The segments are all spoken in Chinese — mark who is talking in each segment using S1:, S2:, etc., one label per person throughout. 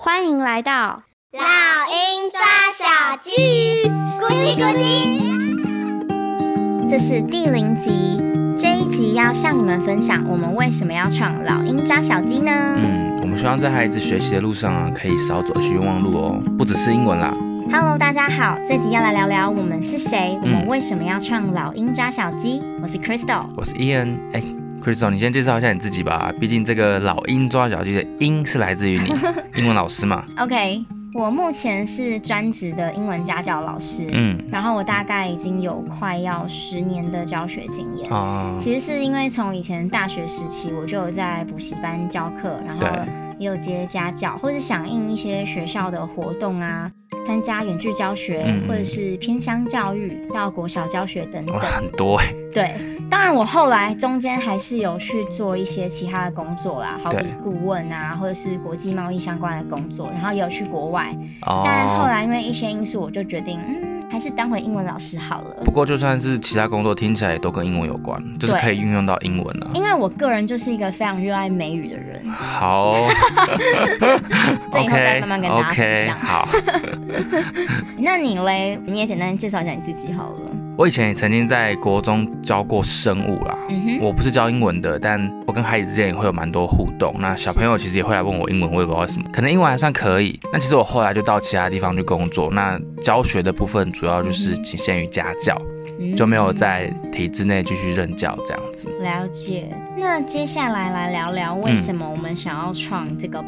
S1: 欢迎来到
S2: 老鹰抓小鸡，咕叽咕叽。
S1: 这是第零集，这一集要向你们分享我们为什么要创老鹰抓小鸡呢？
S3: 嗯，我们希望在孩子学习的路上啊，可以少走一些冤枉路哦，不只是英文啦。
S1: Hello，大家好，这集要来聊聊我们是谁，我
S3: 嗯
S1: 们为什么要创老鹰抓小鸡。我是 Crystal，
S3: 我是 Ian，哎，Crystal，你先介绍一下你自己吧，毕竟这个老鹰抓小鸡的鹰是来自于 你，英文老师嘛。
S1: OK，我目前是专职的英文家教老师，
S3: 嗯，
S1: 然后我大概已经有快要十年的教学经验。
S3: 啊、
S1: 其实是因为从以前大学时期，我就有在补习班教课，然后
S3: 对
S1: 也有接家教，或是响应一些学校的活动啊，参加远距教学，
S3: 嗯
S1: 或者是偏乡教育到国小教学等
S3: 哇，
S1: 等。
S3: 很多哎、
S1: 对，当然我后来中间还是有去做一些其他的工作啦，好比
S3: 对
S1: 顾问啊，或者是国际贸易相关的工作，然后也有去国外。但后
S3: 哦。
S1: 来因为一些因素，我就决定，嗯，还是当回英文老师好了
S3: 不。过就算是其他工作，听起来也都跟英文有关，就是
S1: 对
S3: 可以运用到英文啊。
S1: 因为我个人就是一个非常热爱美语的人，
S3: 好
S1: 这以后再慢慢跟大家分
S3: ，OK，OK，
S1: 享
S3: 好。
S1: 那你嘞，你也简单介绍一下你自己好了。
S3: 我以前也曾经在国中教过生物啦，
S1: 嗯哼，
S3: 我不是教英文的，但我跟孩子之间也会有蛮多互动。那小朋友其实也会来问我英文，我也不知道为什么，可能英文还算可以。那其实我后来就到其他地方去工作，那教学的部分主要就是仅限于家教，
S1: 嗯
S3: 就没有在体制内继续任教这样子。
S1: 了解。那接下来来聊聊为
S3: 嗯
S1: 什么我们想要创这个 podcast《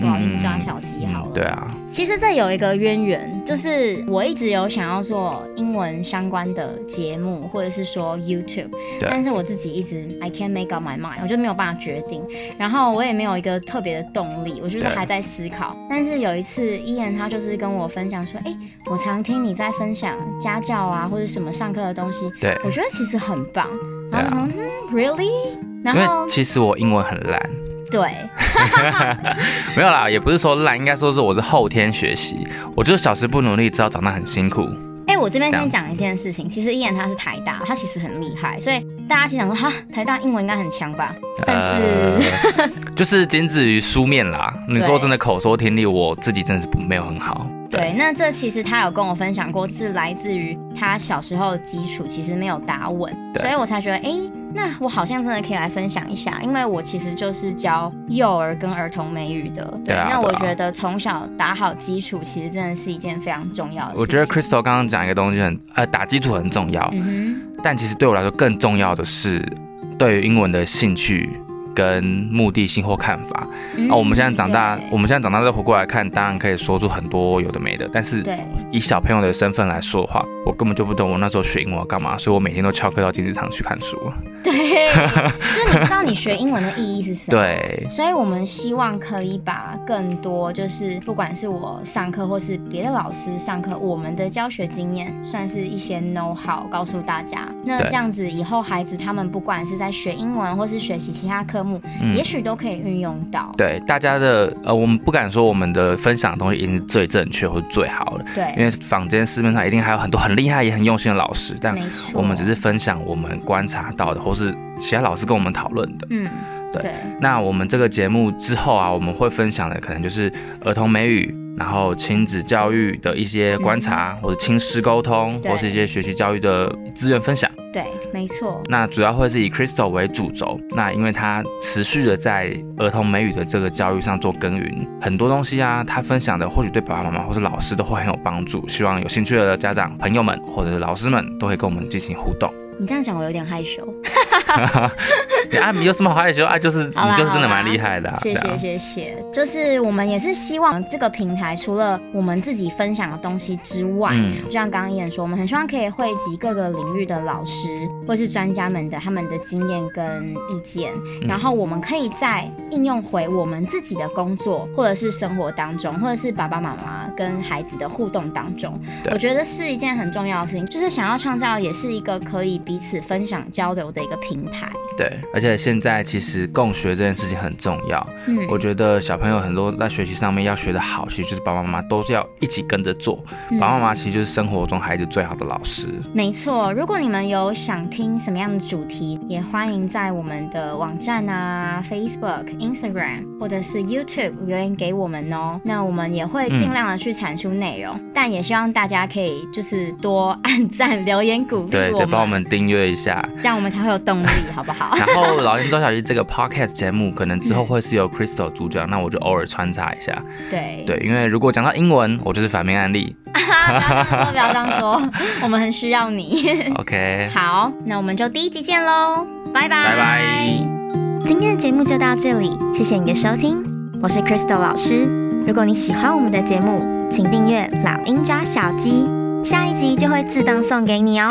S3: 嗯
S1: 老鹰抓小鸡》好了。
S3: 对啊，
S1: 其实这有一个渊源，就是我一直有想要做英文相关的节目，或者是说 YouTube，
S3: 对
S1: 但是我自己一直 I can't make up my mind，我就没有办法决定，然后我也没有一个特别的动力，我就是
S3: 对
S1: 还在思考。但是有一次，伊人他就是跟我分享说，哎，我常听你在分享家教啊，或者什么上课的东西，
S3: 对，
S1: 我觉得其实很棒。
S3: 对
S1: 然
S3: 啊
S1: 后我想说，嗯，really？然
S3: 因为
S1: 后
S3: 其实我英文很烂，
S1: 对，
S3: 没有啦，也不是说烂，应该说是我是后天学习，我就是小时不努力，直到长大很辛苦。
S1: 哎、我这边
S3: 这
S1: 先
S3: 样子
S1: 讲一件事情，其实依然他是台大，他其实很厉害，所以大家其实想说哈，台大英文应该很强吧？但是、
S3: 呃、 就是仅止于书面啦。你
S1: 对
S3: 说真的，口说听力我自己真的是没有很好。
S1: 对，那这其实他有跟我分享过，是来自于他小时候的基础其实没有打稳，
S3: 对
S1: 所以我才觉得哎、那我好像真的可以来分享一下，因为我其实就是教幼儿跟儿童美语的，对，
S3: 对啊
S1: 那
S3: 对
S1: 我
S3: 啊
S1: 觉得从小打好基础，其实真的是一件非常重要的事情。
S3: 我觉得 Crystal 刚刚讲一个东西很，呃，打基础很重要，
S1: 嗯
S3: 但其实对我来说更重要的是对于英文的兴趣跟目的性或看法。
S1: 哼，嗯
S3: 啊，我们现在长大
S1: 对，
S3: 我们现在长大再回过来看，当然可以说出很多有的没的，但是
S1: 对。
S3: 以小朋友的身份来说的话，我根本就不懂我那时候学英文要干嘛，所以我每天都翘课到金字堂去看书。
S1: 对，就是你知道你学英文的意义是什么？
S3: 对，
S1: 所以我们希望可以把更多，就是不管是我上课或是别的老师上课，我们的教学经验算是一些 know how 告诉大家。那
S3: 对
S1: 这样子以后孩子他们不管是在学英文或是学习其他科目，
S3: 嗯
S1: 也许都可以运用到。
S3: 对大家的呃，我们不敢说我们的分享的东西一定是最正确或最好的，因
S1: 对，
S3: 为坊间市面上一定还有很多很厉害也很用心的老师，但
S1: 没错，
S3: 我们只是分享我们观察到的，或是其他老师跟我们讨论的。
S1: 嗯，
S3: 对
S1: 对，
S3: 那我们这个节目之后啊，我们会分享的可能就是儿童美语，然后亲子教育的一些观察，或者亲师沟通，
S1: 对
S3: 或是一些学习教育的资源分享。
S1: 对，没错，
S3: 那主要会是以 Crystal 为主轴，那因为他持续的在儿童美语的这个教育上做耕耘，很多东西啊，他分享的或许对爸爸妈妈或是老师都会很有帮助。希望有兴趣的家长朋友们或者是老师们都会跟我们进行互动。
S1: 你这样讲我有点害羞，
S3: 啊，你有什么好害羞啊？就是
S1: 好啦
S3: 你就是真的蛮厉害的、啊，
S1: 谢
S3: 对
S1: 谢
S3: 啊。
S1: 谢谢，就是我们也是希望这个平台除了我们自己分享的东西之外，
S3: 嗯
S1: 就像刚刚燕说，我们很希望可以汇集各个领域的老师或是专家们的他们的经验跟意见，
S3: 嗯
S1: 然后我们可以再应用回我们自己的工作或者是生活当中，或者是爸爸妈妈跟孩子的互动当中，
S3: 对
S1: 我觉得是一件很重要的事情，就是想要创造也是一个可以彼此分享交流的一个平平台。
S3: 对，而且现在其实共学这件事情很重要。
S1: 嗯，
S3: 我觉得小朋友很多在学习上面要学得好，其实就是爸爸妈妈都是要一起跟着做。
S1: 嗯
S3: 爸爸妈妈其实就是生活中孩子最好的老师。
S1: 没错，如果你们有想听什么样的主题，也欢迎在我们的网站啊、Facebook、Instagram 或者是 YouTube 留言给我们哦。那我们也会尽量的去产出内容，
S3: 嗯
S1: 但也希望大家可以就是多按赞、留言鼓励
S3: 对，
S1: 我
S3: 得帮我
S1: 们，
S3: 们订阅 一下。
S1: 这样我们才会有动力，好不好？
S3: 然后《老鹰抓小鸡》这个 podcast 节目，可能之
S1: 嗯
S3: 后会是由 Crystal 主讲，那我就偶尔穿插一下。
S1: 对，
S3: 对，因为如果讲到英文，我就是反面案例。
S1: 不要这样说，不要这样说，我们很需要你。
S3: OK，
S1: 好，那我们就第一集见喽，拜拜。
S3: 拜拜。
S1: 今天的节目就到这里，谢谢你的收听，我是 Crystal 老师。如果你喜欢我们的节目，请订阅《老鹰抓小鸡》，下一集就会自动送给你哦。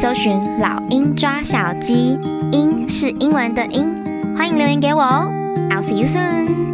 S1: 搜寻“老鹰抓小鸡”，鹰是英文的鹰，欢迎留言给我哦。I'll see you soon.